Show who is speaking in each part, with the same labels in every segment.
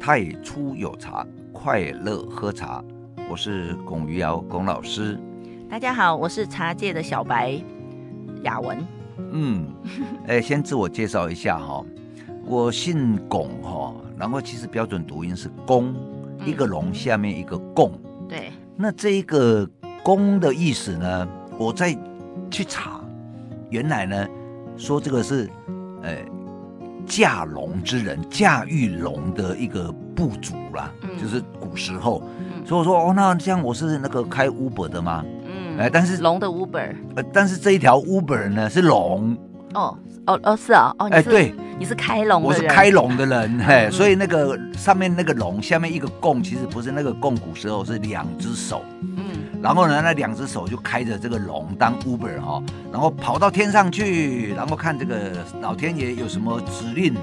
Speaker 1: 太初有茶，快乐喝茶。我是龚余瑶，龚老师。
Speaker 2: 大家好，我是茶界的小白雅文。
Speaker 1: 嗯， 哎，先自我介绍一下哈、我姓龚哈、然后其实标准读音是龚，一个龙下面一个贡。
Speaker 2: 对，
Speaker 1: 那这一个龚的意思呢，我在去查，原来呢说这个是呃驾龙之人，驾驭龙的一个部族啦，
Speaker 2: 嗯
Speaker 1: 就是古时候。
Speaker 2: 嗯
Speaker 1: 所以我说哦，那这样我是那个开 Uber 的吗？
Speaker 2: 嗯，
Speaker 1: 哎，但是
Speaker 2: 龙的 Uber。
Speaker 1: 呃，但是这一条 Uber 呢是龙，
Speaker 2: 哦哦哦，是哦哦，你
Speaker 1: 哎
Speaker 2: 是、
Speaker 1: 对，
Speaker 2: 你是开龙的
Speaker 1: 我
Speaker 2: 人，
Speaker 1: 是开龙的人，嘿，
Speaker 2: 嗯
Speaker 1: 所以那个上面那个龙，下面一个贡，其实不是那个贡，古时候是两只手，
Speaker 2: 嗯
Speaker 1: 然后呢，那两只手就开着这个龙当 Uber 哈、然后跑到天上去，然后看这个老天爷有什么指令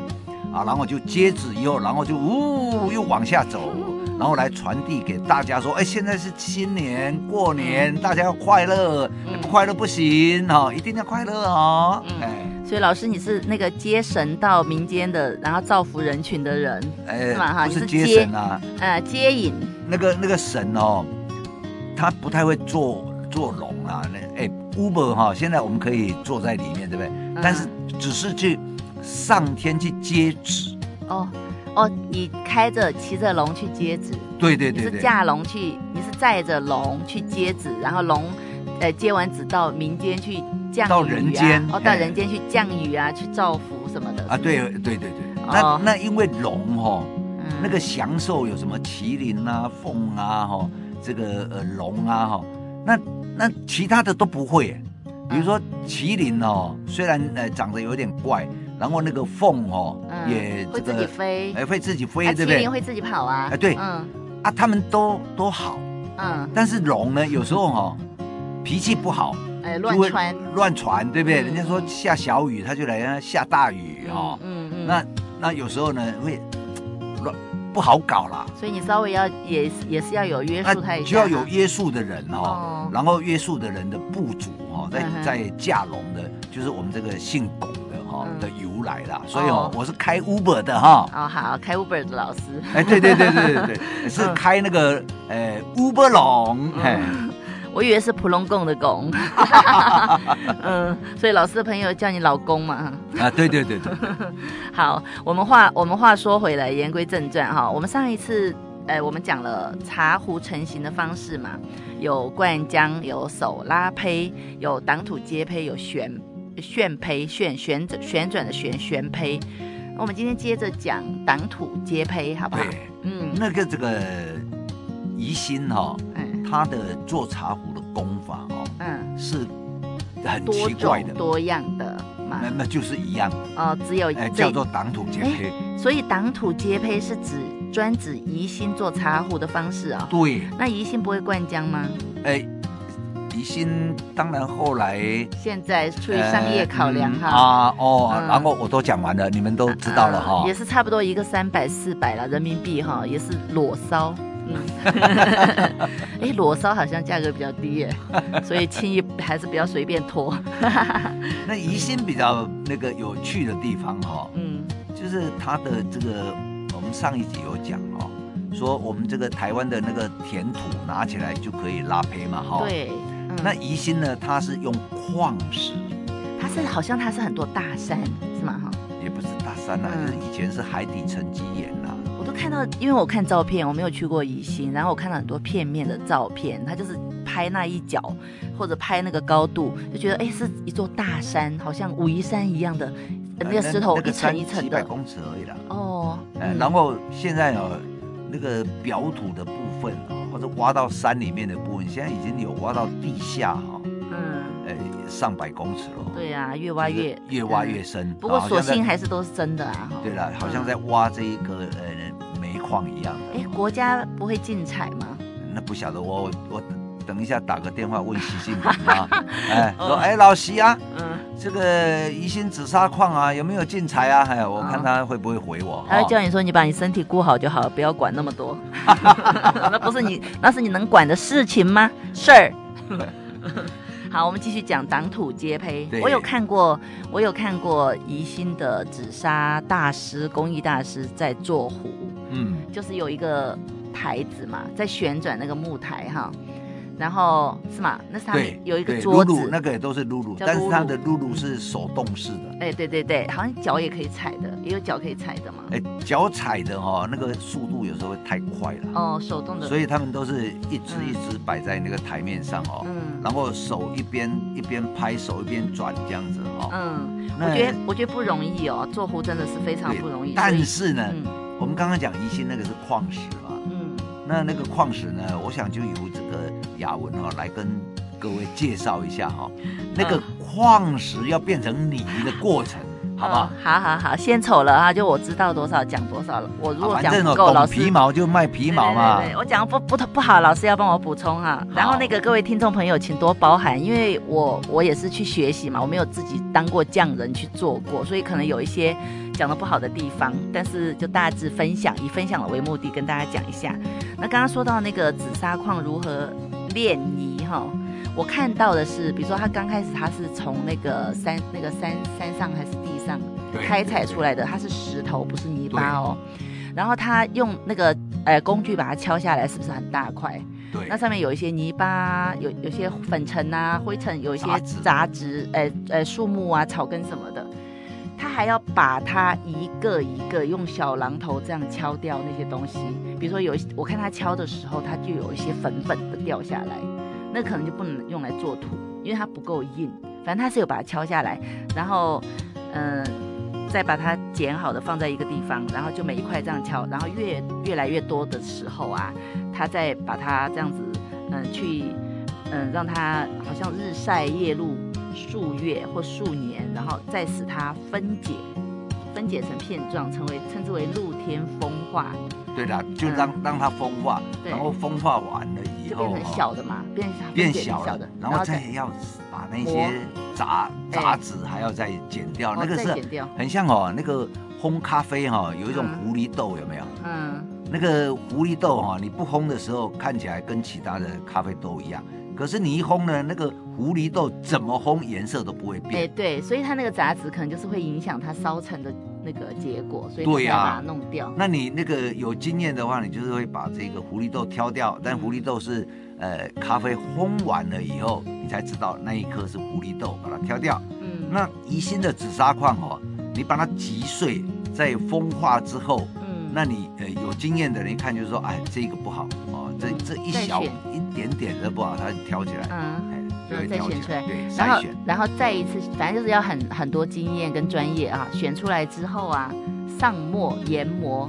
Speaker 1: 啊，然后就接旨以后，然后就呜又往下走。然后来传递给大家说，哎，现在是新年过年，大家要快乐，哎
Speaker 2: 嗯
Speaker 1: 不快乐不行哦，一定要快乐哦，
Speaker 2: 嗯
Speaker 1: 哎、
Speaker 2: 所以老师你是那个接神到民间的，然后造福人群的人，
Speaker 1: 哎
Speaker 2: 是吗哈
Speaker 1: 不
Speaker 2: 你
Speaker 1: 是
Speaker 2: 是
Speaker 1: 接
Speaker 2: 接
Speaker 1: 神啊，
Speaker 2: 呃，接引，
Speaker 1: 那个那个神哦，他不太会做做龙啊。那哎，Uber 哈、现在我们可以坐在里面，对不对？
Speaker 2: 嗯
Speaker 1: 但是只是去上天去接旨，
Speaker 2: 哦哦，你开着骑着龙去接旨，
Speaker 1: 对对
Speaker 2: 你
Speaker 1: 对
Speaker 2: 是
Speaker 1: 对，
Speaker 2: 驾龙去，你是载着龙去接旨，然后龙，呃，接完旨到民间去降雨、啊，
Speaker 1: 到人间
Speaker 2: 哦，到
Speaker 1: 哎
Speaker 2: 人间去降雨啊，去造福什么的
Speaker 1: 啊，，对
Speaker 2: 是不是
Speaker 1: 对对对。
Speaker 2: 哦
Speaker 1: 那那因为龙哈、
Speaker 2: 嗯
Speaker 1: 那个享受有什么麒麟啊、凤啊哈、这个呃龙啊哈、那那其他的都不会耶。比如说
Speaker 2: 嗯
Speaker 1: 麒麟哦，虽然呃长得有点怪，然后那个凤哦、
Speaker 2: 嗯
Speaker 1: 也
Speaker 2: 会
Speaker 1: 这
Speaker 2: 自己
Speaker 1: 个
Speaker 2: 飞，
Speaker 1: 哎，会自己飞，
Speaker 2: 啊，
Speaker 1: 对
Speaker 2: 麒
Speaker 1: 不对
Speaker 2: 麟？会自己跑啊，
Speaker 1: 哎对
Speaker 2: 嗯
Speaker 1: 啊，他们都都好，
Speaker 2: 嗯，
Speaker 1: 但是龙呢，有时候哦，脾气不好，
Speaker 2: 哎，
Speaker 1: 就
Speaker 2: 乱
Speaker 1: 会
Speaker 2: 穿，
Speaker 1: 乱传，对不对？
Speaker 2: 嗯
Speaker 1: 人家说下小雨，他就来啊下大雨哦。
Speaker 2: 嗯嗯
Speaker 1: 那那有时候呢，会乱不好搞啦。
Speaker 2: 所以你稍微要也是也是要有约
Speaker 1: 那
Speaker 2: 束他一下，
Speaker 1: 就要有约束的人哦，
Speaker 2: 哦，
Speaker 1: 然后约束的人的部族哦，在
Speaker 2: 嗯哼
Speaker 1: 在驾龙的，就是我们这个姓龚的哈
Speaker 2: 嗯
Speaker 1: 的由来啦。所以哦
Speaker 2: 哦，
Speaker 1: 我是开 Uber 的 哈。
Speaker 2: 哦好，开 Uber 的老师，
Speaker 1: 哎，对对对对对对，
Speaker 2: 嗯
Speaker 1: 是开那个呃 Uber 龙，嘿。
Speaker 2: 我以为是普龙贡的贡， 嗯，所以老师的朋友叫你老公嘛。
Speaker 1: 啊，对对对对，
Speaker 2: 好，我们话我们话说回来，言归正传哈，我们上一次。哎，我们讲了茶壶成型的方式嘛，有灌浆，有手拉胚，有挡土接胚，有旋旋胚，旋旋转旋转的旋旋胚。那我们今天接着讲挡土接胚，好不好？
Speaker 1: 对，
Speaker 2: 嗯，
Speaker 1: 那个这个宜兴哈、
Speaker 2: 哎
Speaker 1: 他的做茶壶的功法哦
Speaker 2: 嗯，
Speaker 1: 是很
Speaker 2: 多
Speaker 1: 奇怪
Speaker 2: 种
Speaker 1: 的，
Speaker 2: 多样的嘛
Speaker 1: 那，那就是一样，
Speaker 2: 哦，只有
Speaker 1: 哎，
Speaker 2: 这
Speaker 1: 叫，做挡土结胚，
Speaker 2: 所以挡土接胚是指专指宜兴做茶壶的方式哦。
Speaker 1: 对，
Speaker 2: 那宜兴不会灌浆吗？
Speaker 1: 哎，宜兴当然后来。
Speaker 2: 现在出于商业考量
Speaker 1: 呃嗯
Speaker 2: 哈，
Speaker 1: 啊哦，
Speaker 2: 嗯
Speaker 1: 然后我都讲完了，你们都知道了哈
Speaker 2: 嗯。也是差不多一个三百四百了人民币哈，也是裸烧。 嗯，哎，裸烧好像价格比较低 耶，所以轻易还是不要随便拖。
Speaker 1: 那宜兴比较那个有趣的地方哈，
Speaker 2: 嗯
Speaker 1: 就是它的这个，我们上一集有讲哦，说我们这个台湾的那个田土拿起来就可以拉胚嘛哈。。
Speaker 2: 对，嗯
Speaker 1: 哦那宜兴呢，它是用矿石，
Speaker 2: 它是好像它是很多大山是吗？哈，
Speaker 1: 也不是大山啦、
Speaker 2: 嗯
Speaker 1: 就是以前是海底沉积岩啊啦、
Speaker 2: 我都看到，因为我看照片，我没有去过宜兴，然后我看到很多片面的照片，它就是拍那一角或者拍那个高度，就觉得哎是一座大山，好像武夷山一样的，呃那个石头
Speaker 1: 那
Speaker 2: 一
Speaker 1: 个
Speaker 2: 层
Speaker 1: 山
Speaker 2: 一层
Speaker 1: 几百
Speaker 2: 的。
Speaker 1: 公尺而已啦。
Speaker 2: 哦，
Speaker 1: 呃
Speaker 2: 嗯
Speaker 1: 然后现在哦，那个表土的部分哦，或者挖到山里面的部分，现在已经有挖到地下哈、哦，
Speaker 2: 嗯，
Speaker 1: 呃，上百公尺了。
Speaker 2: 对
Speaker 1: 呀、
Speaker 2: 呀、越挖越
Speaker 1: 越挖越深。
Speaker 2: 不过
Speaker 1: 好像
Speaker 2: 所
Speaker 1: 在
Speaker 2: 幸还是都是真的啊。哈
Speaker 1: 对了，好像在挖这一个呃煤矿一样的。
Speaker 2: 哎，国家不会禁采吗？
Speaker 1: 那不晓得我我等一下打个电话问习近平 啊，哎说
Speaker 2: 嗯
Speaker 1: 哎老习啊，
Speaker 2: 嗯，
Speaker 1: 这个宜兴紫砂矿啊，有没有进财啊？哎，我看他会不会回我。
Speaker 2: 哦他会
Speaker 1: 哈
Speaker 2: 叫你说你把你身体顾好就好了，不要管那么 多。那不是你，那是你能管的事情吗？事儿。好，我们继续讲挡土接胚
Speaker 1: 对。
Speaker 2: 我有看过，我有看过宜兴的紫砂大师、工艺大师在做壶，
Speaker 1: 嗯，
Speaker 2: 就是有一个牌子嘛，在旋转那个木台哈，然后是吗？那是他
Speaker 1: 对
Speaker 2: 们，有一个
Speaker 1: 对
Speaker 2: 桌
Speaker 1: 露露
Speaker 2: 子，
Speaker 1: 那个也都是露露，
Speaker 2: 叫
Speaker 1: 但
Speaker 2: 露
Speaker 1: 是
Speaker 2: 露
Speaker 1: 它的露露是手动式的，
Speaker 2: 哎，对对对，好像脚也可以踩的，也有脚可以踩的嘛。
Speaker 1: 哎，脚踩的哦，那个速度有时候会太快了，
Speaker 2: 哦，手动的，
Speaker 1: 所以他们都是一只
Speaker 2: 嗯
Speaker 1: 一只摆在那个台面上哦，
Speaker 2: 嗯
Speaker 1: 然后手一边一边拍，手一边转这样子哦。
Speaker 2: 嗯，
Speaker 1: 那
Speaker 2: 我觉得我觉得不容易哦，做壶真的是非常不容易。
Speaker 1: 但
Speaker 2: 所
Speaker 1: 是呢
Speaker 2: 以，，嗯
Speaker 1: 我们刚刚讲宜兴那个是矿石嘛，
Speaker 2: 嗯，
Speaker 1: 那那个矿石呢，我想就由这个雅文哈、哦、来跟各位介绍一下哈、哦，
Speaker 2: 嗯
Speaker 1: 那个矿石要变成泥的过程，好不好
Speaker 2: 哦？好好好，先丑了啊，就我知道多少讲多少了。我嗯如果
Speaker 1: 啊
Speaker 2: 讲
Speaker 1: 反正
Speaker 2: 不
Speaker 1: 哦，
Speaker 2: 够，老
Speaker 1: 懂
Speaker 2: 师
Speaker 1: 皮毛就卖皮毛嘛
Speaker 2: 对对对。对我讲不不不好，老师要帮我补充哈、然后那个各位听众朋友，请多包涵，因为我我也是去学习嘛，我没有自己当过匠人去做过，所以可能有一些讲的不好的地方，但是就大致分享，以分享为目的跟大家讲一下。那刚刚说到那个紫砂矿如何炼泥哈。我看到的是，比如说他刚开始他是从那个山那个山山上还是地上
Speaker 1: 对
Speaker 2: 开采出来的，它是石头，不是泥巴哦。然后他用那个呃工具把它敲下来，是不是很大块？
Speaker 1: 对
Speaker 2: 那上面有一些泥巴，有有些粉尘啊、灰尘，有一些
Speaker 1: 杂质
Speaker 2: 杂质，呃呃树木啊、草根什么的。他还要把它一个一个用小榔头这样敲掉那些东西，比如说有一些，我看他敲的时候，它就有一些粉粉的掉下来，那可能就不能用来做土，因为它不够硬。反正他是有把它敲下来，然后，嗯、再把它剪好的放在一个地方，然后就每一块这样敲，然后越越来越多的时候啊，他再把它这样子，嗯，去，嗯，让它好像日晒夜露数月或数年，然后再使它分解，分解成片状，成为称之为露天风化，
Speaker 1: 对啦，就让、让它风化，
Speaker 2: 嗯对
Speaker 1: 然后风化完了以
Speaker 2: 就
Speaker 1: 后
Speaker 2: 变成
Speaker 1: 哦
Speaker 2: 小的嘛，变成它分
Speaker 1: 变
Speaker 2: 解
Speaker 1: 小
Speaker 2: 成小
Speaker 1: 了
Speaker 2: 的，，
Speaker 1: 然后再要把那
Speaker 2: 磨
Speaker 1: 些杂
Speaker 2: 哎
Speaker 1: 杂质还要再剪掉，
Speaker 2: 哦
Speaker 1: 那个
Speaker 2: 再
Speaker 1: 是
Speaker 2: 剪掉，
Speaker 1: 很像哦，那个烘咖啡哈、有一种
Speaker 2: 嗯
Speaker 1: 狐狸豆有没有？
Speaker 2: 嗯，
Speaker 1: 那个狐狸豆哦哈、你不烘的时候看起来跟其他的咖啡豆一样，可是你一烘呢，那个狐狸豆怎么烘颜色都不会
Speaker 2: 哎、
Speaker 1: 变。
Speaker 2: 对，所以它那个杂质可能就是会影响它烧成的那个结果，所以
Speaker 1: 对
Speaker 2: 你才
Speaker 1: 呀
Speaker 2: 把它弄掉。
Speaker 1: 那你那个有经验的话，你就是会把这个狐狸豆挑掉，但狐狸豆是呃咖啡烘完了以后，你才知道那一颗是狐狸豆，把它挑掉。
Speaker 2: 嗯，
Speaker 1: 那宜兴的紫砂矿哦，你把它击碎，在风化之后，
Speaker 2: 嗯
Speaker 1: 那你呃有经验的人一看就是说，哎，这个不好哦，这
Speaker 2: 嗯
Speaker 1: 这一
Speaker 2: 再
Speaker 1: 小
Speaker 2: 选
Speaker 1: 一点点的不好，它就挑起来，
Speaker 2: 嗯，
Speaker 1: 哎，就
Speaker 2: 然后
Speaker 1: 会挑
Speaker 2: 再
Speaker 1: 起
Speaker 2: 选出来
Speaker 1: 对，
Speaker 2: 然
Speaker 1: 筛
Speaker 2: 后
Speaker 1: 选，
Speaker 2: 然后再一次，反正就是要很很多经验跟专业啊。选出来之后啊，上墨研磨，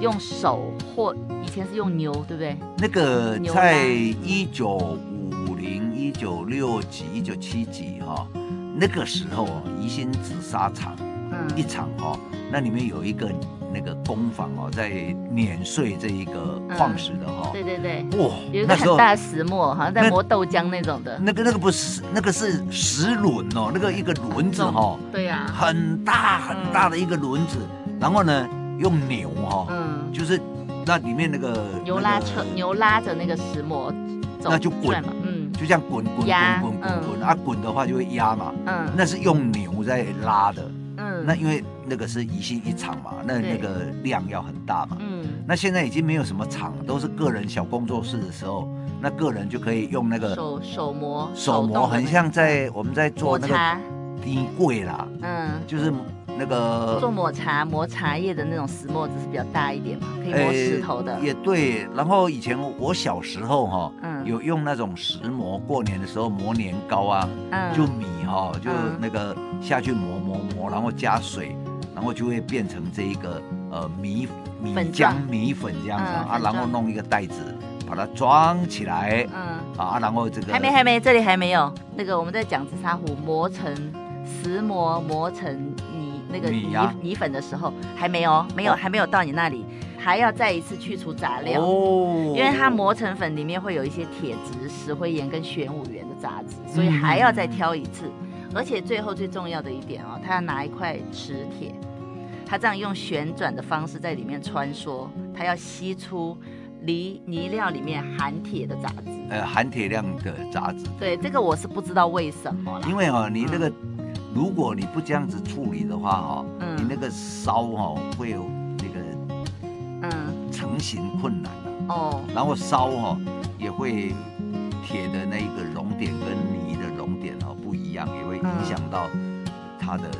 Speaker 2: 用手或以前是用牛，对不对？
Speaker 1: 那个
Speaker 2: 牛
Speaker 1: 在
Speaker 2: 奶
Speaker 1: 一九五零、一九六几、一九七几哈、那个时候哦，宜兴紫砂厂一
Speaker 2: 嗯，
Speaker 1: 厂哦，那里面有一个那个工坊哦，在碾碎这一个矿石的哦，
Speaker 2: 对对嗯对，
Speaker 1: 哇，
Speaker 2: 有一个
Speaker 1: 那时
Speaker 2: 很
Speaker 1: 候
Speaker 2: 大的石磨，好像在
Speaker 1: 那
Speaker 2: 磨豆浆那种的。
Speaker 1: 那个那个不是那个是石轮哦，那个一个轮子哦，
Speaker 2: 对啊呀、
Speaker 1: 很大很大的一个轮子，然后呢用牛哦，
Speaker 2: 嗯，
Speaker 1: 就是那里面那个
Speaker 2: 牛拉车，
Speaker 1: 那个
Speaker 2: 牛拉着那个石磨走，
Speaker 1: 那就滚
Speaker 2: 转嘛。嗯
Speaker 1: 就这样滚滚滚
Speaker 2: 压
Speaker 1: 滚滚
Speaker 2: 嗯
Speaker 1: 滚啊，滚的话就会压嘛，
Speaker 2: 嗯
Speaker 1: 那是用牛在拉的，
Speaker 2: 嗯，
Speaker 1: 那因为那个是一性一场嘛，那那
Speaker 2: 对
Speaker 1: 个量要很大嘛。
Speaker 2: 嗯
Speaker 1: 那现在已经没有什么厂，都是个人小工作室的时候，那个人就可以用那个
Speaker 2: 手手磨
Speaker 1: 手
Speaker 2: 动
Speaker 1: 磨，
Speaker 2: 的
Speaker 1: 很
Speaker 2: 那个
Speaker 1: 像在我们在做
Speaker 2: 抹
Speaker 1: 那个
Speaker 2: 茶，
Speaker 1: 低柜啦，
Speaker 2: 嗯。
Speaker 1: 就是那个
Speaker 2: 做抹茶磨茶叶的那种石磨子是比较大一点嘛，可以
Speaker 1: 呃
Speaker 2: 磨石头的。
Speaker 1: 也对。然后以前我小时候哈、
Speaker 2: 嗯
Speaker 1: 有用那种石磨，过年的时候磨年糕啊，
Speaker 2: 嗯
Speaker 1: 就米哈、就
Speaker 2: 嗯
Speaker 1: 那个下去磨磨磨，然后加水，然后就会变成这一个呃米米
Speaker 2: 粉
Speaker 1: 浆
Speaker 2: 状
Speaker 1: 米粉这样子、
Speaker 2: 嗯
Speaker 1: 啊，
Speaker 2: 粉
Speaker 1: 然后
Speaker 2: 状
Speaker 1: 弄一个袋子把它装起来
Speaker 2: 嗯，
Speaker 1: 啊，然后这个
Speaker 2: 还没还没，这里还没有。那个我们在讲紫砂壶磨成石磨磨成泥那个
Speaker 1: 米
Speaker 2: 泥、
Speaker 1: 呀
Speaker 2: 泥粉的时候，还没有没有、
Speaker 1: 哦
Speaker 2: 还没有到你那里，还要再一次去除杂料。
Speaker 1: 哦
Speaker 2: 因为它磨成粉里面会有一些铁质、石灰岩跟玄武岩的杂质，所以
Speaker 1: 嗯
Speaker 2: 还要再挑一次。而且最后最重要的一点哦，他要拿一块磁铁，他这样用旋转的方式在里面穿梭，他要吸出泥泥料里面含铁的杂质。
Speaker 1: 呃含铁量的杂质，
Speaker 2: 对，这个我是不知道为什么啦。
Speaker 1: 因为哦你那个、如果你不这样子处理的话哦，
Speaker 2: 嗯
Speaker 1: 你那个烧哦会有那个
Speaker 2: 嗯，
Speaker 1: 成型困难了、
Speaker 2: 哦，
Speaker 1: 然后烧哈、也会铁的那一个熔点跟泥的熔点哦不一样，也会影响到它的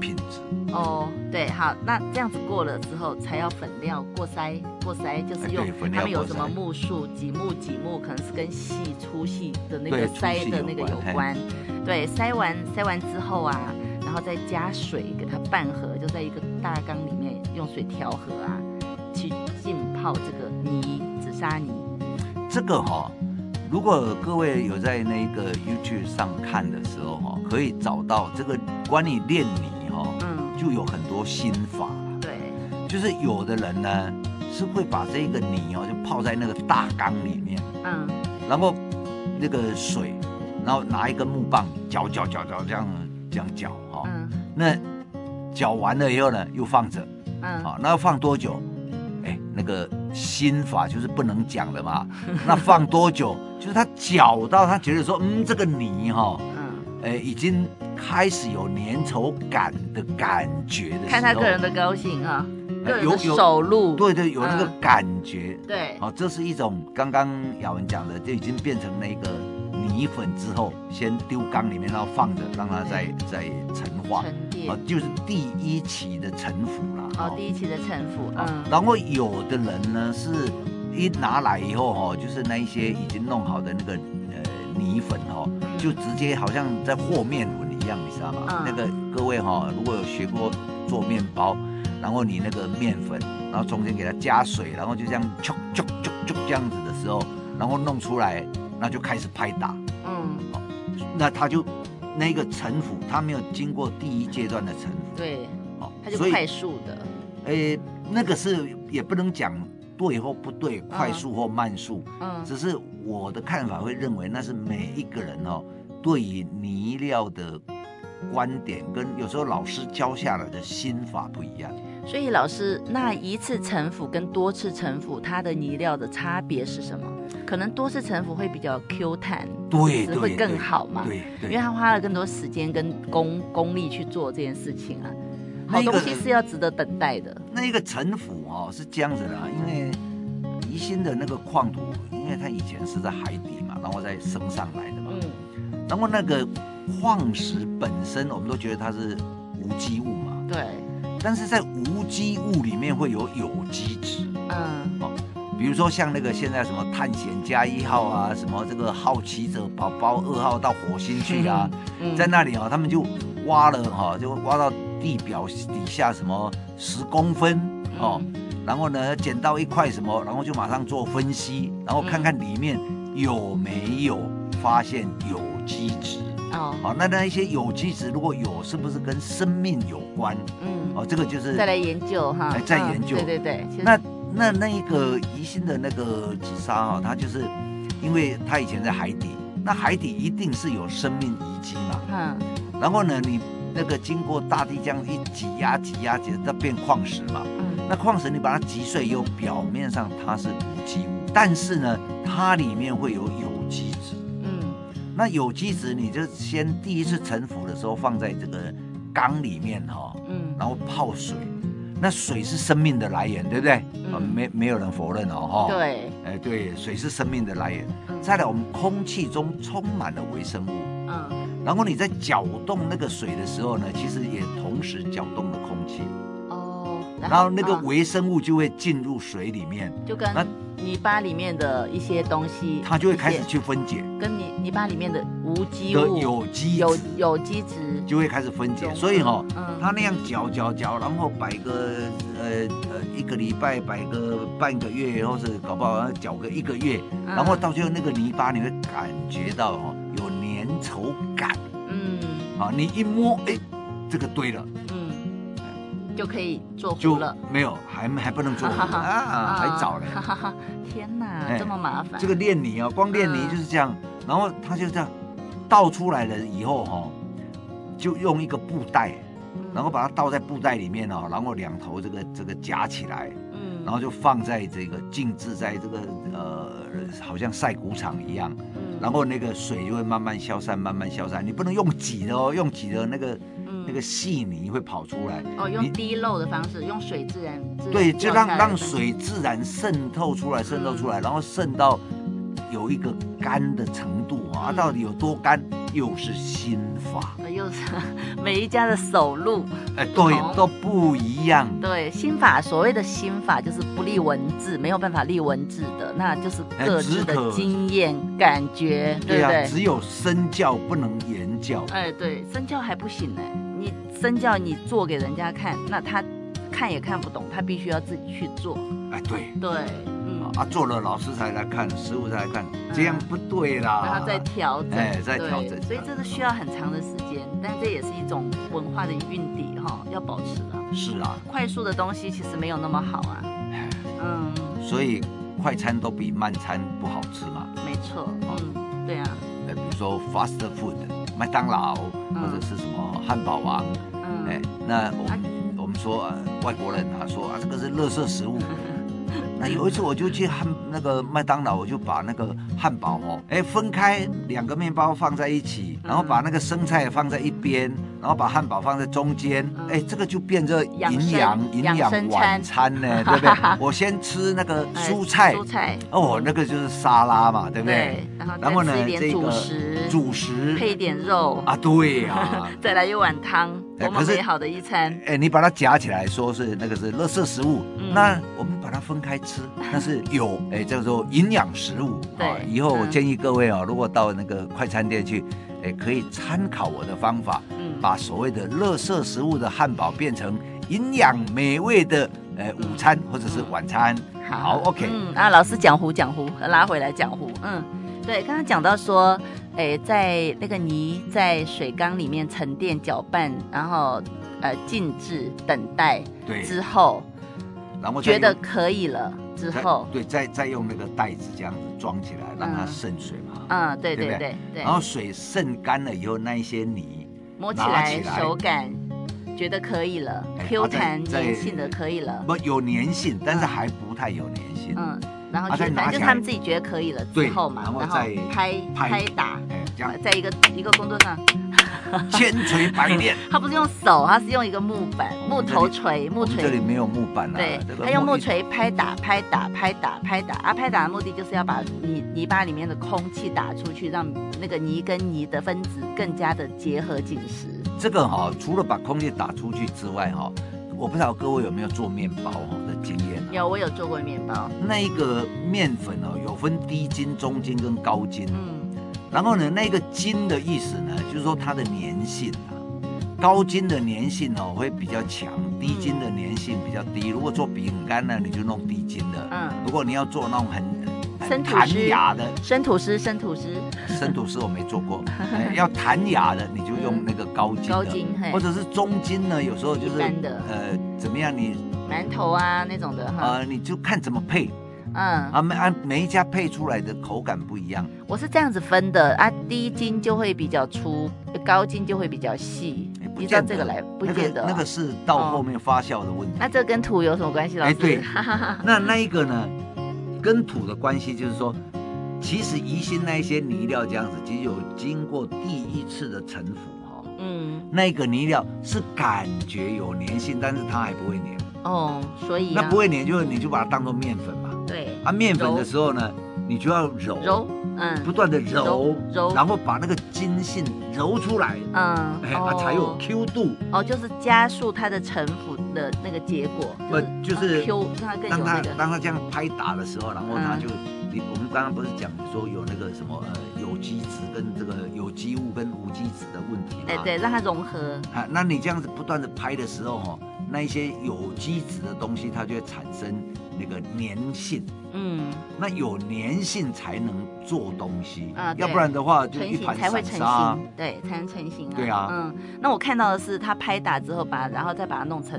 Speaker 1: 品质。
Speaker 2: 哦，对，好，那这样子过了之后，才要粉料过筛，过筛就是
Speaker 1: 哎
Speaker 2: 用
Speaker 1: 对粉料
Speaker 2: 他们有
Speaker 1: 过
Speaker 2: 什么
Speaker 1: 筛
Speaker 2: 木数几木几木，可能是跟细粗细的那
Speaker 1: 对
Speaker 2: 个
Speaker 1: 粗
Speaker 2: 筛
Speaker 1: 细
Speaker 2: 的
Speaker 1: 有
Speaker 2: 那个
Speaker 1: 关
Speaker 2: 有
Speaker 1: 嘿
Speaker 2: 关。对，筛完筛完之后啊，然后再加水给它拌合，就在一个大缸里面用水调和啊，去浸泡这个泥紫砂泥。
Speaker 1: 这个哈、如果各位有在那个 YouTube 上看的时候哈、可以找到这个关于练泥哈、
Speaker 2: 嗯，
Speaker 1: 就有很多心法了。
Speaker 2: 对，
Speaker 1: 就是有的人呢是会把这个泥哦就泡在那个大缸里面，
Speaker 2: 嗯，
Speaker 1: 然后那个水，然后拿一根木棒搅搅搅搅这样这样搅哈、
Speaker 2: 嗯，
Speaker 1: 那搅完了以后呢又放着，
Speaker 2: 嗯，
Speaker 1: 好、那要放多久？哎，那个心法就是不能讲的 嘛。那放多久？就是他搅到他觉得说，嗯，这个泥哈、
Speaker 2: 嗯，
Speaker 1: 哎，已经开始有粘稠感的感觉的时候，哎
Speaker 2: 看他个人的高兴啊，个人
Speaker 1: 有
Speaker 2: 的
Speaker 1: 有
Speaker 2: 手路，
Speaker 1: 对对，有那个感觉。
Speaker 2: 对，
Speaker 1: 好、这是一种刚刚雅文讲的，就已经变成那个泥粉之后，先丢缸里面，然后放着，让它再再陈化。
Speaker 2: 沉
Speaker 1: 好、
Speaker 2: 淀。
Speaker 1: 就是第一期的沉浮啦。
Speaker 2: 哦，第一期的城府，
Speaker 1: 啊
Speaker 2: 嗯，，
Speaker 1: 然后有的人呢是一拿来以后哈、哦，就是那一些已经弄好的那个呃泥粉哈、哦，
Speaker 2: 嗯
Speaker 1: 就直接好像在和面粉一样，你知道吗？
Speaker 2: 嗯
Speaker 1: 那个各位哈、如果有学过做面包，然后你那个面粉，然后中间给它加水，然后就这样啾啾啾啾这样子的时候，然后弄出来，那就开始拍打，
Speaker 2: 嗯，
Speaker 1: 那它就那个沉浮，它没有经过第一阶段的沉浮，
Speaker 2: 对，
Speaker 1: 哦
Speaker 2: 它就
Speaker 1: 所以
Speaker 2: 快速的，
Speaker 1: 诶，哎那个是也不能讲对或不对，快速或慢速，
Speaker 2: 嗯，
Speaker 1: 只是我的看法会认为那是每一个人哦，对于泥料的观点跟有时候老师教下来的心法不一样。
Speaker 2: 所以老师，那一次城府跟多次城府，它的泥料的差别是什么？可能多次城府会比较 Q 弹，
Speaker 1: 对
Speaker 2: 是
Speaker 1: 对，
Speaker 2: 会更
Speaker 1: 对
Speaker 2: 好嘛
Speaker 1: 对
Speaker 2: 因
Speaker 1: 对
Speaker 2: 为，它花了更多时间跟功功力去做这件事情啊。好
Speaker 1: 那个
Speaker 2: 东西是要值得等待的，
Speaker 1: 那一个城府哦是这样子的啊，因为宜兴的那个矿土，因为它以前是在海底嘛，然后再升上来的嘛，
Speaker 2: 嗯
Speaker 1: 然后那个矿石本身我们都觉得它是无机物嘛。
Speaker 2: 嗯对，
Speaker 1: 但是在无机物里面会有有机质，
Speaker 2: 嗯
Speaker 1: 比如说像那个现在什么探险家一号啊，什么这个好奇者宝宝二号到火星去啊，
Speaker 2: 嗯，
Speaker 1: 在那里啊、他们就挖了哈、就挖到地表底下什么十公分哦，
Speaker 2: 嗯
Speaker 1: 然后呢捡到一块什么，然后就马上做分析，然后看看里面有没有发现有机质。
Speaker 2: 嗯哦
Speaker 1: 好、那那一些有机质如果有，是不是跟生命有关？
Speaker 2: 嗯，
Speaker 1: 哦，这个就是
Speaker 2: 再来研究哈
Speaker 1: 哎，再研究
Speaker 2: 嗯对对对，其实
Speaker 1: 那那那一个宜兴的那个紫砂哈、它就是因为它以前在海底，那海底一定是有生命遗迹嘛。
Speaker 2: 嗯
Speaker 1: 然后呢，你那个经过大地这样一挤压、挤压、挤压，它变矿石嘛。
Speaker 2: 嗯
Speaker 1: 那矿石你把它击碎以后，表面上它是无机物，但是呢，它里面会有有机质。
Speaker 2: 嗯
Speaker 1: 那有机质，你就先第一次沉浮的时候放在这个缸里面哈、
Speaker 2: 嗯，
Speaker 1: 然后泡水。那水是生命的来源，对不对？
Speaker 2: 嗯
Speaker 1: 啊，没没有人否认哦，哈、
Speaker 2: 对，
Speaker 1: 哎，对，水是生命的来源。
Speaker 2: 嗯
Speaker 1: 再来，我们空气中充满了微生物，
Speaker 2: 嗯
Speaker 1: 然后你在搅动那个水的时候呢，其实也同时搅动了空气，
Speaker 2: 哦，
Speaker 1: 然后那个
Speaker 2: 嗯
Speaker 1: 微生物就会进入水里面，
Speaker 2: 就跟
Speaker 1: 那
Speaker 2: 泥巴里面的一些东西，
Speaker 1: 它就会开
Speaker 2: 一
Speaker 1: 始
Speaker 2: 些
Speaker 1: 去分解
Speaker 2: 跟泥泥巴里面的无机
Speaker 1: 的
Speaker 2: 物
Speaker 1: 有机
Speaker 2: 有
Speaker 1: 质，
Speaker 2: 有机质，
Speaker 1: 就会开始分解。所以哈、哦，
Speaker 2: 嗯
Speaker 1: 它那样搅搅搅，然后摆个呃呃一个礼拜，摆个半个月，或是搞不好搅个一个月，
Speaker 2: 嗯
Speaker 1: 然后到最后那个泥巴你会感觉到哦有粘稠感。
Speaker 2: 嗯
Speaker 1: 啊，你一摸，哎、这个对了，
Speaker 2: 嗯，就可以做
Speaker 1: 就
Speaker 2: 糊了。
Speaker 1: 没有，还还不能 做啊，还早嘞。
Speaker 2: 哈哈哈！ 天哪，
Speaker 1: 哎
Speaker 2: 这么麻烦。
Speaker 1: 这个练泥啊，光练泥就是这样，然后他就这样倒出来了以后哈、哦，就用一个布袋，
Speaker 2: 嗯，
Speaker 1: 然后把它倒在布袋里面哦，然后两头这个这个夹起来，
Speaker 2: 嗯，
Speaker 1: 然后就放在这个静置在这个呃，好像晒谷场一样，
Speaker 2: 嗯
Speaker 1: 然后那个水就会慢慢消散，慢慢消散。你不能用挤的哦，用挤的那个
Speaker 2: 嗯
Speaker 1: 那个个细泥会跑出来。
Speaker 2: 哦，
Speaker 1: 你
Speaker 2: 用滴漏的方式，用水自然自然
Speaker 1: 对，就
Speaker 2: 掉
Speaker 1: 让
Speaker 2: 下来的
Speaker 1: 让
Speaker 2: 方式
Speaker 1: 水自然渗透出来，渗透出来，然后渗到有一个干的程度啊，
Speaker 2: 嗯
Speaker 1: 到底有多干，又是心法，
Speaker 2: 呃又是 每一家的手路，
Speaker 1: 哎，对，
Speaker 2: 同
Speaker 1: 都不一样。
Speaker 2: 对心法，所谓的心法就是不立文字，没有办法立文字的，那就是
Speaker 1: 哎
Speaker 2: 各
Speaker 1: 只
Speaker 2: 自
Speaker 1: 可
Speaker 2: 的经验、感觉，对不
Speaker 1: 啊，
Speaker 2: 对？
Speaker 1: 只有身教不能言教。
Speaker 2: 哎，对，身教还不行呢，你身教你做给人家看，那他看也看不懂，他必须要自己去做。
Speaker 1: 哎，对，
Speaker 2: 对，嗯，
Speaker 1: 啊，做了老师才来看，师傅才来看，这样不对
Speaker 2: 然
Speaker 1: 啦
Speaker 2: 后。再调整，
Speaker 1: 哎再调
Speaker 2: 对
Speaker 1: 整
Speaker 2: 所以这是需要很长的时间，但这也是一种文化的韵底哈、要保持的。
Speaker 1: 是啊，
Speaker 2: 快速的东西其实没有那么好啊。
Speaker 1: 哎
Speaker 2: 嗯，
Speaker 1: 所以快餐都比慢餐不好吃嘛。
Speaker 2: 没错，嗯，对啊，
Speaker 1: 呃，比如说 fast food，麦当劳或者是什么汉堡王，
Speaker 2: 嗯，
Speaker 1: 哎，那我们我们说、呃、外国人啊说啊这个是垃圾食 物。那有一次我就去汉那个麦当劳，我就把那个汉堡哦，哎分开两个面包放在一起，然后把那个生菜放在一边，然后把汉堡放在中间，
Speaker 2: 嗯
Speaker 1: 哎，这个就变成
Speaker 2: 养生
Speaker 1: 营养营
Speaker 2: 养
Speaker 1: 养
Speaker 2: 生
Speaker 1: 晚餐呢，对不对？ 我先吃那个
Speaker 2: 哎
Speaker 1: 蔬菜，
Speaker 2: 蔬菜，
Speaker 1: 哦，那个就是沙拉嘛，对不对？
Speaker 2: 对，然后
Speaker 1: 然后
Speaker 2: 再
Speaker 1: 呢
Speaker 2: 吃一，点
Speaker 1: 这
Speaker 2: 主
Speaker 1: 个
Speaker 2: 食，
Speaker 1: 主食
Speaker 2: 配一点肉，
Speaker 1: 啊，对 呀。
Speaker 2: 再来一碗汤，
Speaker 1: 哎
Speaker 2: 多么
Speaker 1: 可是
Speaker 2: 美好的一餐。
Speaker 1: 哎，你把它夹起来，说是那个是垃圾食物，
Speaker 2: 嗯
Speaker 1: 那我们把它分开 吃，那是有哎叫做营养食物。
Speaker 2: 对
Speaker 1: 啊以后我
Speaker 2: 嗯
Speaker 1: 建议各位哦，如果到那个快餐店去，哎，可以参考我的方法，
Speaker 2: 嗯，
Speaker 1: 把所谓的垃圾食物的汉堡变成营养美味的呃午餐或者是晚餐。好，OK，
Speaker 2: 嗯啊，老师讲壶讲壶，拉回来讲壶。嗯，对，刚刚讲到说，诶，在那个泥在水缸里面沉淀搅拌，然后呃静置等待
Speaker 1: 对，
Speaker 2: 之后，
Speaker 1: 然后再
Speaker 2: 觉得
Speaker 1: 用
Speaker 2: 可以了之
Speaker 1: 再
Speaker 2: 后，
Speaker 1: 对，再再用那个袋子这样子装起来，让它渗水嘛。
Speaker 2: 嗯，对
Speaker 1: 对
Speaker 2: 对
Speaker 1: 不对
Speaker 2: 对对
Speaker 1: 然，后水渗干了以后，那一些泥。
Speaker 2: 摸起
Speaker 1: 拿
Speaker 2: 来
Speaker 1: 起来
Speaker 2: 手感觉得可以了
Speaker 1: 哎
Speaker 2: ，Q
Speaker 1: 啊再
Speaker 2: 弹
Speaker 1: 再
Speaker 2: 粘性的可以了，
Speaker 1: 不有粘性，但是还不太有粘性。
Speaker 2: 嗯，然后
Speaker 1: 啊
Speaker 2: 就
Speaker 1: 再
Speaker 2: 反
Speaker 1: 拿
Speaker 2: 正
Speaker 1: 起
Speaker 2: 就是
Speaker 1: 来
Speaker 2: 他们自己觉得可以了
Speaker 1: 对
Speaker 2: 之后嘛
Speaker 1: 然，后
Speaker 2: 然后
Speaker 1: 再
Speaker 2: 拍
Speaker 1: 拍
Speaker 2: 拍打，
Speaker 1: 哎，这样
Speaker 2: 在一个一个工作上。
Speaker 1: 千锤百炼。
Speaker 2: 他不是用手，他是用一个木板、木头锤、
Speaker 1: 我
Speaker 2: 木
Speaker 1: 们这里
Speaker 2: 锤，
Speaker 1: 没有木板啊，
Speaker 2: 对
Speaker 1: 这，个
Speaker 2: 他用木
Speaker 1: 一，
Speaker 2: 锤拍打、拍打、拍打、拍打。啊，拍打的目的就是要把泥泥巴里面的空气打出去，让那个泥跟泥的分子更加的结合紧实。
Speaker 1: 这个哈、除了把空气打出去之外哈、我不知道各位有没有做面包哦的经验啊？
Speaker 2: 有，我有做过面包，
Speaker 1: 那一个面粉哦，有分低筋、中筋跟高筋。
Speaker 2: 嗯，
Speaker 1: 然后呢，那个筋的意思呢，就是说它的粘性啊，高筋的粘性哦会比较强，低筋的粘性比较低。如果做饼干呢，你就弄低筋的。
Speaker 2: 嗯
Speaker 1: 如果你要做那种很很
Speaker 2: 生吐
Speaker 1: 弹
Speaker 2: 司
Speaker 1: 牙的
Speaker 2: 生吐司，生吐司，
Speaker 1: 生吐司，我没做 过。哎要弹牙的，你就用那个高筋的，
Speaker 2: 高筋，嘿
Speaker 1: 嗯或，者是中筋呢，有时候就是
Speaker 2: 一般的
Speaker 1: 呃怎么样你
Speaker 2: 馒头啊那种的哈，
Speaker 1: 呃你就看怎么配
Speaker 2: 嗯，
Speaker 1: 啊每按每一家配出来的口感不一样。
Speaker 2: 我是这样子分的啊，低筋就会比较粗，高筋就会比较细
Speaker 1: 哎，不
Speaker 2: 依照
Speaker 1: 见
Speaker 2: 这
Speaker 1: 得
Speaker 2: 个来，不
Speaker 1: 那个
Speaker 2: 见得啊。
Speaker 1: 那个是到后面发酵的问题。
Speaker 2: 哦那这跟土有什么关系，老
Speaker 1: 哎
Speaker 2: 师？
Speaker 1: 对那那一个呢，跟土的关系就是说，其实宜兴那一些泥料这样子，其实有经过第一次的沉浮哈、哦，
Speaker 2: 嗯，
Speaker 1: 那个泥料是感觉有粘性，但是它还不会粘。
Speaker 2: 哦，所以、啊、
Speaker 1: 那不会粘就你就把它当做面粉嘛。
Speaker 2: 对，
Speaker 1: 啊，面粉
Speaker 2: 揉
Speaker 1: 的时候呢，你就要揉，
Speaker 2: 揉，嗯，
Speaker 1: 不断的揉，
Speaker 2: 揉揉
Speaker 1: 然后把那个筋性揉出来，
Speaker 2: 嗯，
Speaker 1: 哎，它才有 Q 度，
Speaker 2: 哦，就是加速它的沉浮的那个结果，
Speaker 1: 不呃就是
Speaker 2: 啊 Q 让它更有
Speaker 1: 当它
Speaker 2: 那个，
Speaker 1: 当它这样拍打的时候，然后它
Speaker 2: 嗯
Speaker 1: 就，你我们刚刚不是讲说有那个什么呃有机质跟这个有机物跟无机质的问题
Speaker 2: 哎
Speaker 1: 嘛？
Speaker 2: 对，让它融合，
Speaker 1: 啊，那你这样子不断的拍的时候哦，那一些有机质的东西它就会产生那个粘性。
Speaker 2: 嗯，
Speaker 1: 那有粘性才能做东西
Speaker 2: 啊对
Speaker 1: 要不然的话就
Speaker 2: 成
Speaker 1: 一
Speaker 2: 型
Speaker 1: 盘
Speaker 2: 才会
Speaker 1: 散
Speaker 2: 成
Speaker 1: 沙啊。
Speaker 2: 型，对，才能成型啊，
Speaker 1: 对啊
Speaker 2: 嗯，那我看到的是它拍打之后把，然后再把它弄成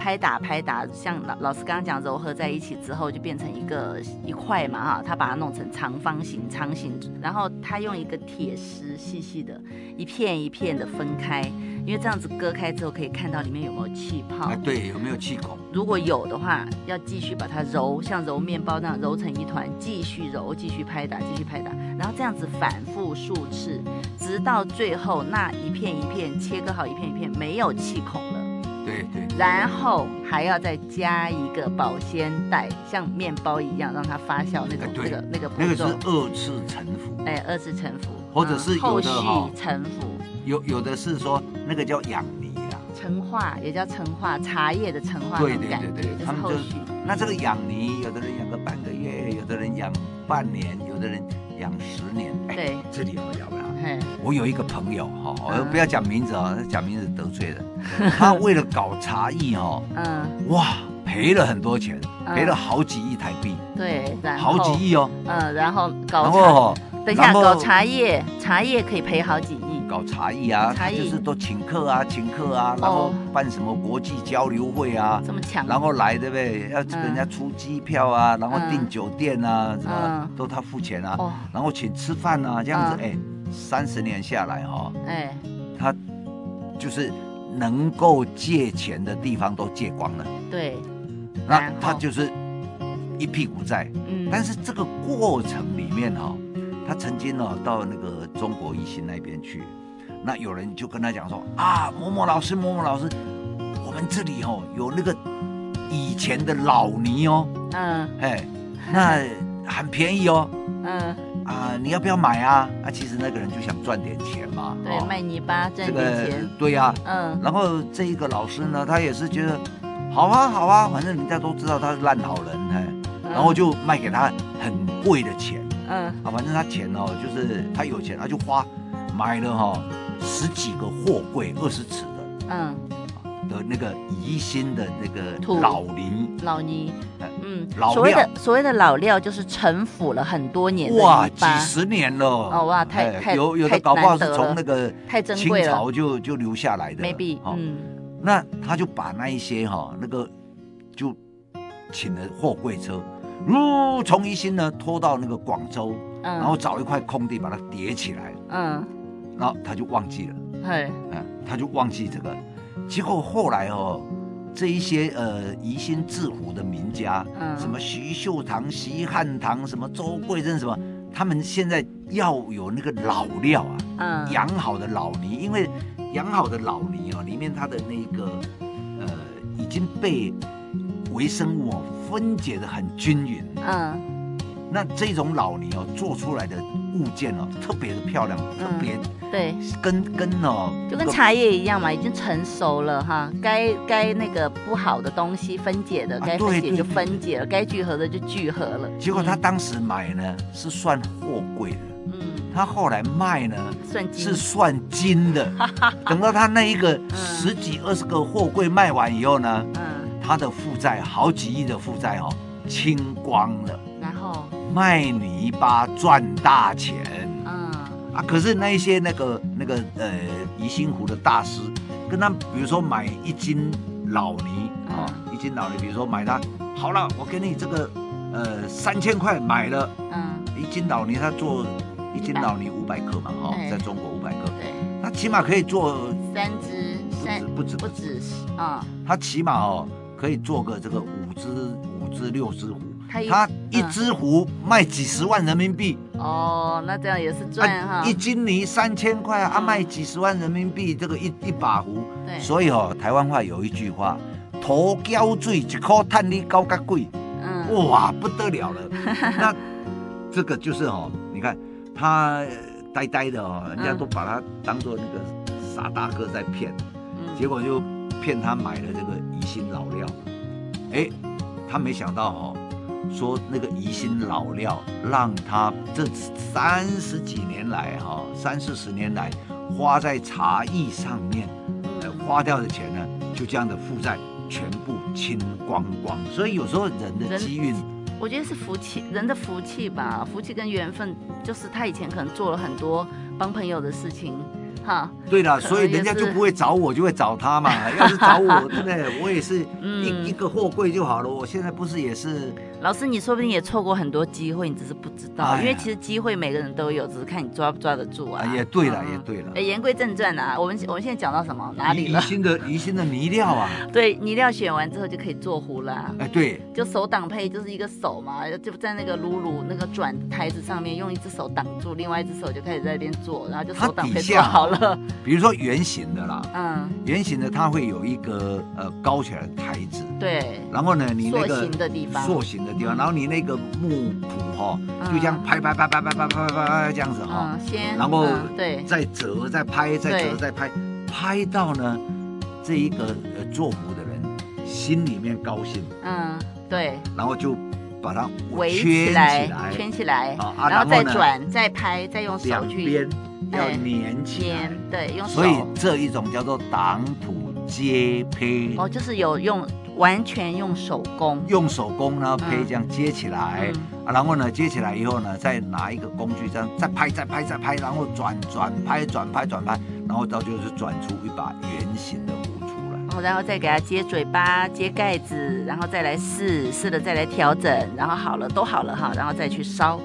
Speaker 2: 拍打拍打，像老老师刚刚讲揉合在一起之后，就变成一个一块嘛哈，他把它弄成长方形、长形，然后他用一个铁丝细细的，一片一片的分开，因为这样子割开之后可以看到里面有没有气泡
Speaker 1: 啊，，对，有没有气孔？
Speaker 2: 如果有的话，要继续把它揉，像揉面包那样揉成一团，继续揉，继续拍打，继续拍打，然后这样子反复数次，直到最后那一片一片切割好一片一片没有气孔了。
Speaker 1: 对对，
Speaker 2: 然后还要再加一个保鲜袋，像面包一样让它发酵那种、
Speaker 1: 哎
Speaker 2: 那
Speaker 1: 对
Speaker 2: 个那个步
Speaker 1: 那个是
Speaker 2: 骤，
Speaker 1: 二次沉浮，
Speaker 2: 哎，二次沉浮，
Speaker 1: 或者是
Speaker 2: 嗯后
Speaker 1: 有
Speaker 2: 续
Speaker 1: 的哈
Speaker 2: 沉浮、
Speaker 1: 有有的是说那个叫养泥啦。
Speaker 2: 陈化，也叫陈化茶叶的陈化那
Speaker 1: 对
Speaker 2: 种
Speaker 1: 对
Speaker 2: 感觉，
Speaker 1: 对对
Speaker 2: 就是
Speaker 1: 他们
Speaker 2: 后
Speaker 1: 就是
Speaker 2: 续。
Speaker 1: 那这个养泥，有的人养个半个月，有的人养半年，有的人养十年。哎
Speaker 2: 对，
Speaker 1: 这里我聊不聊？
Speaker 2: 嘿，
Speaker 1: 我有一个朋友哈，我
Speaker 2: 嗯
Speaker 1: 不要讲名字啊，讲名字得罪人。他为了搞茶艺哦，
Speaker 2: 嗯，
Speaker 1: 哇，赔了很多钱，
Speaker 2: 嗯
Speaker 1: 赔了好几亿台币，
Speaker 2: 对，然后
Speaker 1: 好几亿哦。
Speaker 2: 嗯，然后
Speaker 1: 然
Speaker 2: 搞
Speaker 1: 后
Speaker 2: 茶，
Speaker 1: 哦
Speaker 2: 等一下
Speaker 1: 然后
Speaker 2: 搞茶叶，茶叶可以赔好几亿，
Speaker 1: 搞茶艺啊，
Speaker 2: 茶
Speaker 1: 他
Speaker 2: 艺
Speaker 1: 就是都请客啊，请客啊，然后
Speaker 2: 哦嗯
Speaker 1: 办什么国际交流会啊，
Speaker 2: 这么强，
Speaker 1: 然后来对不对？要跟人家出机票啊，然后订酒店啊，什么
Speaker 2: 嗯嗯
Speaker 1: 都他付钱啊，
Speaker 2: 哦，
Speaker 1: 然后请吃饭啊，这样子
Speaker 2: 嗯
Speaker 1: 哎，三十年下来哈，
Speaker 2: 哎，
Speaker 1: 他就是能够借钱的地方都借光了，
Speaker 2: 对，
Speaker 1: 那
Speaker 2: 然后
Speaker 1: 他就是一屁股债。
Speaker 2: 嗯，
Speaker 1: 但
Speaker 2: 是
Speaker 1: 是这个过程里面哈、他曾经呢、到那个中国一心那边去，那有人就跟他讲说啊，某某老师，某某老师，我们这里哦有那个以前的老泥哦，
Speaker 2: 嗯
Speaker 1: 哎，那很便宜哦，
Speaker 2: 嗯，
Speaker 1: 啊，你要不要买啊？啊，其实那个人就想赚点钱嘛，
Speaker 2: 对，
Speaker 1: 哦
Speaker 2: 卖泥巴赚
Speaker 1: 这
Speaker 2: 点
Speaker 1: 个
Speaker 2: 钱，
Speaker 1: 对呀、
Speaker 2: 嗯，
Speaker 1: 然后这一个老师呢，他也是觉得好啊好啊，反正人家都知道他是烂好人哎，然后
Speaker 2: 就
Speaker 1: 就卖给他很贵的钱。
Speaker 2: 嗯。
Speaker 1: 啊，反正他钱哦，就是他有钱，他就花买了哈、十几个货柜，二十尺的
Speaker 2: 嗯，
Speaker 1: 的那个宜兴的那
Speaker 2: 土
Speaker 1: 个老林，
Speaker 2: 老泥
Speaker 1: 哎，
Speaker 2: 嗯，
Speaker 1: 老
Speaker 2: 所谓
Speaker 1: 料
Speaker 2: 的所谓的老料就是陈腐了很多年的
Speaker 1: 哇，
Speaker 2: 泥
Speaker 1: 几
Speaker 2: 巴，
Speaker 1: 十年了。
Speaker 2: 哦哇，太
Speaker 1: 哎
Speaker 2: 太
Speaker 1: 有有的
Speaker 2: 太
Speaker 1: 搞不好
Speaker 2: 难
Speaker 1: 是
Speaker 2: 得
Speaker 1: 从那
Speaker 2: 了
Speaker 1: 个
Speaker 2: 太珍
Speaker 1: 清
Speaker 2: 贵了
Speaker 1: 朝就就留下来的
Speaker 2: ，maybe，
Speaker 1: 哦
Speaker 2: 嗯
Speaker 1: 那他就把那一些哈、那个就请了货柜车，如从宜兴呢拖到那个广州，
Speaker 2: 嗯，
Speaker 1: 然后找一块空地把它叠起来，
Speaker 2: 嗯，
Speaker 1: 然后他就忘记了。
Speaker 2: 嘿，
Speaker 1: 嗯，他就忘记这个。结果后来哦，这一些呃宜兴制湖的名家，
Speaker 2: 嗯，
Speaker 1: 什么徐秀堂、徐汉堂，什么周贵珍，什么，他们现在要有那个老料啊，
Speaker 2: 嗯，
Speaker 1: 养好的老泥，因为养好的老泥哦，里面它的那个呃已经被微生物哦分解的很均匀，
Speaker 2: 嗯
Speaker 1: 那这种老泥哦做出来的物件哦特别的漂亮，特
Speaker 2: 嗯
Speaker 1: 别
Speaker 2: 对，
Speaker 1: 跟跟哦
Speaker 2: 就
Speaker 1: 那
Speaker 2: 跟
Speaker 1: 个
Speaker 2: 茶叶一样嘛，已经成熟了哈，该该那个不好的东西分解的，
Speaker 1: 啊
Speaker 2: 该
Speaker 1: 对
Speaker 2: 分解
Speaker 1: 对
Speaker 2: 就
Speaker 1: 对
Speaker 2: 分解了，该聚合的就聚合了。
Speaker 1: 结果
Speaker 2: 嗯
Speaker 1: 他当时买呢是算货柜的，
Speaker 2: 嗯，
Speaker 1: 他后来卖呢
Speaker 2: 算金
Speaker 1: 是算斤的。 等到他那一个十几二十个货柜卖完以后呢，
Speaker 2: 嗯，
Speaker 1: 他的负债好几亿的负债哦清光了，
Speaker 2: 然后
Speaker 1: 卖泥巴赚大钱
Speaker 2: 嗯
Speaker 1: 啊！可是那一些那个那个呃宜兴湖的大师，跟他比如说买一斤老泥啊、一斤老泥，比如说买它好了，我给你这个呃三千块买了。
Speaker 2: 嗯，
Speaker 1: 一斤老泥，它做一斤老泥五百克嘛，哈、
Speaker 2: 哎
Speaker 1: 在中国五百克，
Speaker 2: 对，
Speaker 1: 它起码可以做
Speaker 2: 三只
Speaker 1: 不
Speaker 2: 三
Speaker 1: 止不止，
Speaker 2: 不止是啊，
Speaker 1: 它起码哦可以做个这个五只五只六只壶，
Speaker 2: 它一
Speaker 1: 它一只壶卖几十万人民币，
Speaker 2: 哦，那这样也是赚哈，
Speaker 1: 啊一斤泥三千块啊，啊
Speaker 2: 嗯
Speaker 1: 卖几十万人民币，这个一一把壶，
Speaker 2: 对，
Speaker 1: 所以哦台湾话有一句话。头胶水一颗碳你高较贵，
Speaker 2: 嗯，
Speaker 1: 哇，不得了 了。那这个就是哦，你看他呃呆呆的哦，人家都把他当做那个傻大哥在骗，
Speaker 2: 嗯
Speaker 1: 结果就骗他买了这个宜兴老料。哎，他没想到哦，说那个宜兴老料让他这三十几年来哈、哦，三四十年来花在茶艺上面呃，
Speaker 2: 嗯
Speaker 1: 花掉的钱呢，就这样的负债全部清光光。所以有时候人的
Speaker 2: 人
Speaker 1: 机运，
Speaker 2: 我觉得是福气，人的福气吧，福气跟缘分，就是他以前可能做了很多帮朋友的事情，哈，
Speaker 1: 对了，
Speaker 2: 可能
Speaker 1: 所以人家
Speaker 2: 也
Speaker 1: 就是不会找我，就会找他嘛。 要是找我，对不对？我也是
Speaker 2: 嗯
Speaker 1: 一一个货柜就好了。我现在不是也是
Speaker 2: 老师，你说不定也错过很多机会，你只是不知道，
Speaker 1: 哎呀
Speaker 2: 因为其实机会每个人都有，只是看你抓不抓得住啊。
Speaker 1: 啊，也对了，
Speaker 2: 嗯
Speaker 1: 也对哎了
Speaker 2: 哎，。言归正传啊，我们我们现在讲到什么哪里
Speaker 1: 宜
Speaker 2: 了
Speaker 1: 宜？兴的宜兴的泥料啊，
Speaker 2: 对，泥料选完之后就可以做糊了啊、
Speaker 1: 哎，对，
Speaker 2: 就手挡配就是一个手嘛，就在那个炉炉那个转台子上面，用一只手挡住，另外一只手就开始在那边做，然后就手挡配
Speaker 1: 它底
Speaker 2: 做
Speaker 1: 下
Speaker 2: 好了。
Speaker 1: 比如说圆形的啦，
Speaker 2: 嗯，
Speaker 1: 圆形的它会有一个呃高起来的台子，
Speaker 2: 对，
Speaker 1: 然后呢，你那
Speaker 2: 塑
Speaker 1: 个
Speaker 2: 形的地方，
Speaker 1: 塑形的地方，
Speaker 2: 嗯
Speaker 1: 然后你那个木谱哈，
Speaker 2: 嗯
Speaker 1: 就这样拍拍拍拍拍拍拍拍拍这样子哈，
Speaker 2: 嗯，先，
Speaker 1: 啊然后
Speaker 2: 嗯对，
Speaker 1: 再折再拍再折
Speaker 2: 对
Speaker 1: 再拍，拍到呢这一个呃做福的人心里面高兴，
Speaker 2: 嗯，对，
Speaker 1: 然后就把它
Speaker 2: 围
Speaker 1: 圈
Speaker 2: 起来，
Speaker 1: 来
Speaker 2: 圈起来，
Speaker 1: 啊啊
Speaker 2: 然
Speaker 1: 然
Speaker 2: 后
Speaker 1: 后
Speaker 2: 再
Speaker 1: 呢
Speaker 2: 转，再拍，再用手
Speaker 1: 两
Speaker 2: 去
Speaker 1: 边要
Speaker 2: 哎
Speaker 1: 粘起来
Speaker 2: 尖，，对，用手
Speaker 1: 所，以这一种叫做挡土接胚。
Speaker 2: 哦，就是有用，完全用手工，
Speaker 1: 用手工呢胚
Speaker 2: 嗯
Speaker 1: 这样接起来、
Speaker 2: 嗯
Speaker 1: 啊，然后呢接起来以后呢，再拿一个工具这样再拍再拍再拍，然后转转拍转拍转拍，然后到最后是转出一把圆形的壶出来。
Speaker 2: 然后然后再给它接嘴巴、接盖子，然后再来试，试了再来调整，然后好了都好了哈，然后再去烧。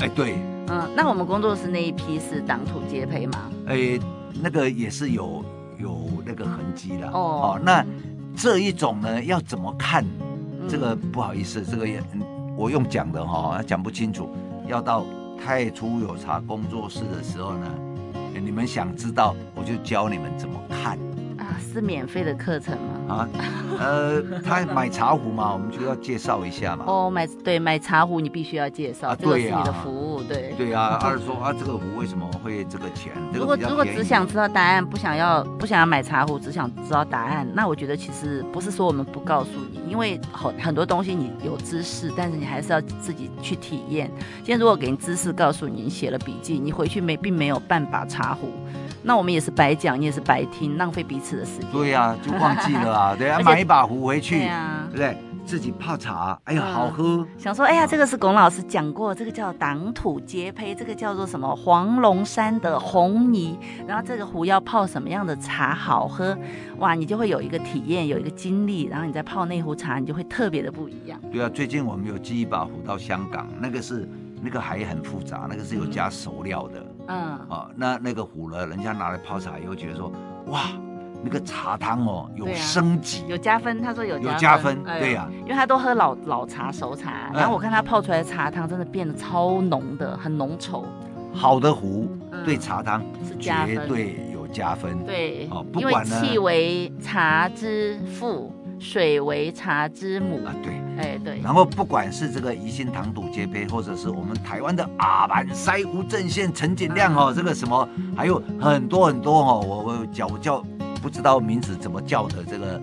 Speaker 1: 哎，对，
Speaker 2: 嗯，那我们工作室那一批是挡土接胚嘛？
Speaker 1: 哎，那个也是有有那个痕迹的
Speaker 2: 哦
Speaker 1: 那这一种呢要怎么看？
Speaker 2: 嗯
Speaker 1: 这个不好意思，这个也嗯我用讲的哈、讲不清楚，要到太初有茶工作室的时候呢，哎你们想知道，我就教你们怎么看。
Speaker 2: 啊是免费的课程吗？
Speaker 1: 啊，呃，他买茶壶嘛，我们就要介绍一下嘛。
Speaker 2: 哦，买对买茶壶你必须要介绍，
Speaker 1: 啊
Speaker 2: 这个是
Speaker 1: 对呀
Speaker 2: 你的服务，对。
Speaker 1: 对啊，二说啊，这个壶为什么会这个钱？这
Speaker 2: 如
Speaker 1: 个
Speaker 2: 果
Speaker 1: 比较
Speaker 2: 如果
Speaker 1: 便宜
Speaker 2: 只想知道答案，不想要不想要买茶壶，只想知道答案，那我觉得其实不是说我们不告诉你，因为很很多东西你有知识，但是你还是要自己去体验。今天如果给你知识告诉你，你写了笔记，你回去没并没有半把茶壶，那我们也是白讲，你也是白听，浪费彼此的时间。
Speaker 1: 对啊，就忘记了 啊，对啊，
Speaker 2: 而且
Speaker 1: 买一把壶回去，
Speaker 2: 对
Speaker 1: 对
Speaker 2: 啊
Speaker 1: 不。对？自己泡茶，哎呀，
Speaker 2: 嗯
Speaker 1: 好喝。
Speaker 2: 想说，哎呀，这个是龚老师讲过，这个叫挡土接胚，这个叫做什么黄龙山的红泥，然后这个壶要泡什么样的茶好喝，哇，你就会有一个体验，有一个经历，然后你再泡那壶茶，你就会特别的不一样。
Speaker 1: 对啊，最近我们有寄一把壶到香港，那个是那个还很复杂，那个是有加熟料的
Speaker 2: 嗯，
Speaker 1: 啊。那那个壶呢，人家拿来泡茶以后觉得说，哇，那个茶汤哦有
Speaker 2: 对啊
Speaker 1: 升级，
Speaker 2: 有加分，哎他说有
Speaker 1: 有
Speaker 2: 加
Speaker 1: 加分，对呀、
Speaker 2: 嗯因为他都喝老老茶熟茶，然
Speaker 1: 嗯
Speaker 2: 后我看他泡出来的茶汤真的变得超浓的，很浓稠，
Speaker 1: 好的壶
Speaker 2: 嗯
Speaker 1: 对茶汤
Speaker 2: 是加
Speaker 1: 绝
Speaker 2: 分。
Speaker 1: 对有加分。
Speaker 2: 对，
Speaker 1: 哦不
Speaker 2: 因为
Speaker 1: 管呢
Speaker 2: 气为茶之父，水为茶之母。
Speaker 1: 啊，对。
Speaker 2: 哎，对，
Speaker 1: 然后不管是这个宜兴糖土街杯，或者是我们台湾的阿板塞、吴正宪、陈景亮哦，这个什么，还有很多很多哦，我我叫我叫不知道名字怎么叫的这个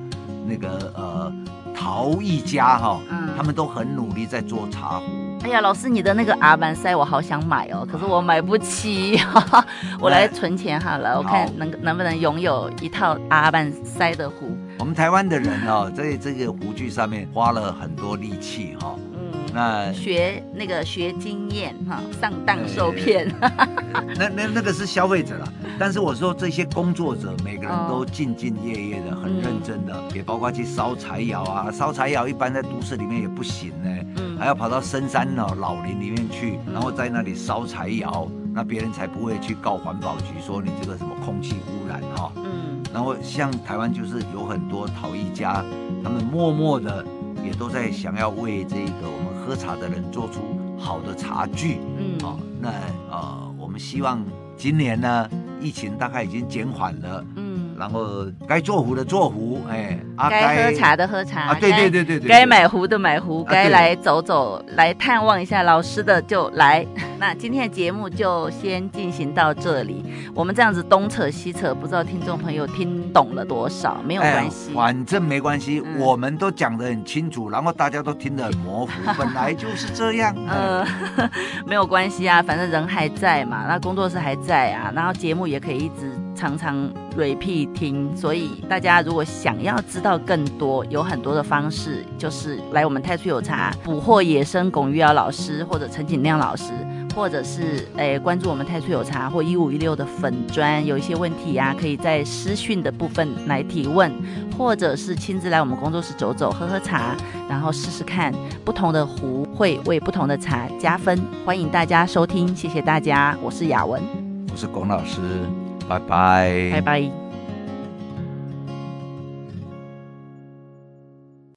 Speaker 1: 那个呃陶艺家哈、
Speaker 2: 嗯
Speaker 1: 他们都很努力在做茶壶。
Speaker 2: 哎呀，老师，你的那个阿班塞我好想买哦，可是我买不起，哈哈我来存钱好了，我看
Speaker 1: 好
Speaker 2: 能能不能拥有一套阿班塞的壶。
Speaker 1: 我们台湾的人哦，在这个壶具上面花了很多力气哈、
Speaker 2: 嗯，
Speaker 1: 那
Speaker 2: 学那个学经验哈，上当受骗。
Speaker 1: 那那那个是消费者了，但是我说这些工作者每个人都兢兢业业的，很认真的，也包括去烧柴窑啊，烧柴窑一般在都市里面也不行呢、
Speaker 2: 嗯
Speaker 1: 还，要跑到深山哦老林里面去，
Speaker 2: 嗯
Speaker 1: 然后在那里烧柴窑，那别人才不会去告环保局说你这个什么空气污染哈、
Speaker 2: 嗯，
Speaker 1: 然后像台湾就是有很多陶艺家，他们默默的也都在想要为这个我们喝茶的人做出好的茶具。
Speaker 2: 嗯，
Speaker 1: 哦，那呃，我们希望今年呢，疫情大概已经减缓了，
Speaker 2: 嗯，
Speaker 1: 然后该做壶的做壶，哎，啊
Speaker 2: 该喝茶的喝茶，
Speaker 1: 啊，对对对对对，
Speaker 2: 该买壶的买壶，
Speaker 1: 啊
Speaker 2: 该
Speaker 1: 对
Speaker 2: 来走走，来探望一下老师的就 来。那今天的节目就先进行到这里，我们这样子东扯西扯，不知道听众朋友听懂了多少，没
Speaker 1: 没
Speaker 2: 有关系。
Speaker 1: 哎反正没关系，
Speaker 2: 嗯
Speaker 1: 我们都讲得很清楚，然后大家都听得很模 糊，本来就是这样。嗯，
Speaker 2: 呃， 没有关系啊，反正人还在嘛，那工作室还在啊，然后节目也可以一直常常 repeat 听，所以大家如果想要知道更多，有很多的方式，就是来我们太初有茶捕获野生龚玉瑶老师或者陈景亮老师，或者是诶关注我们太初有茶或一五一六的粉砖，有一些问题呀、可以在私讯的部分来提问，或者是亲自来我们工作室走走，喝喝茶，然后试试看不同的壶会为不同的茶加分。欢迎大家收听，谢谢大家，我是雅文，
Speaker 1: 我是龚老师，拜拜
Speaker 2: 拜拜。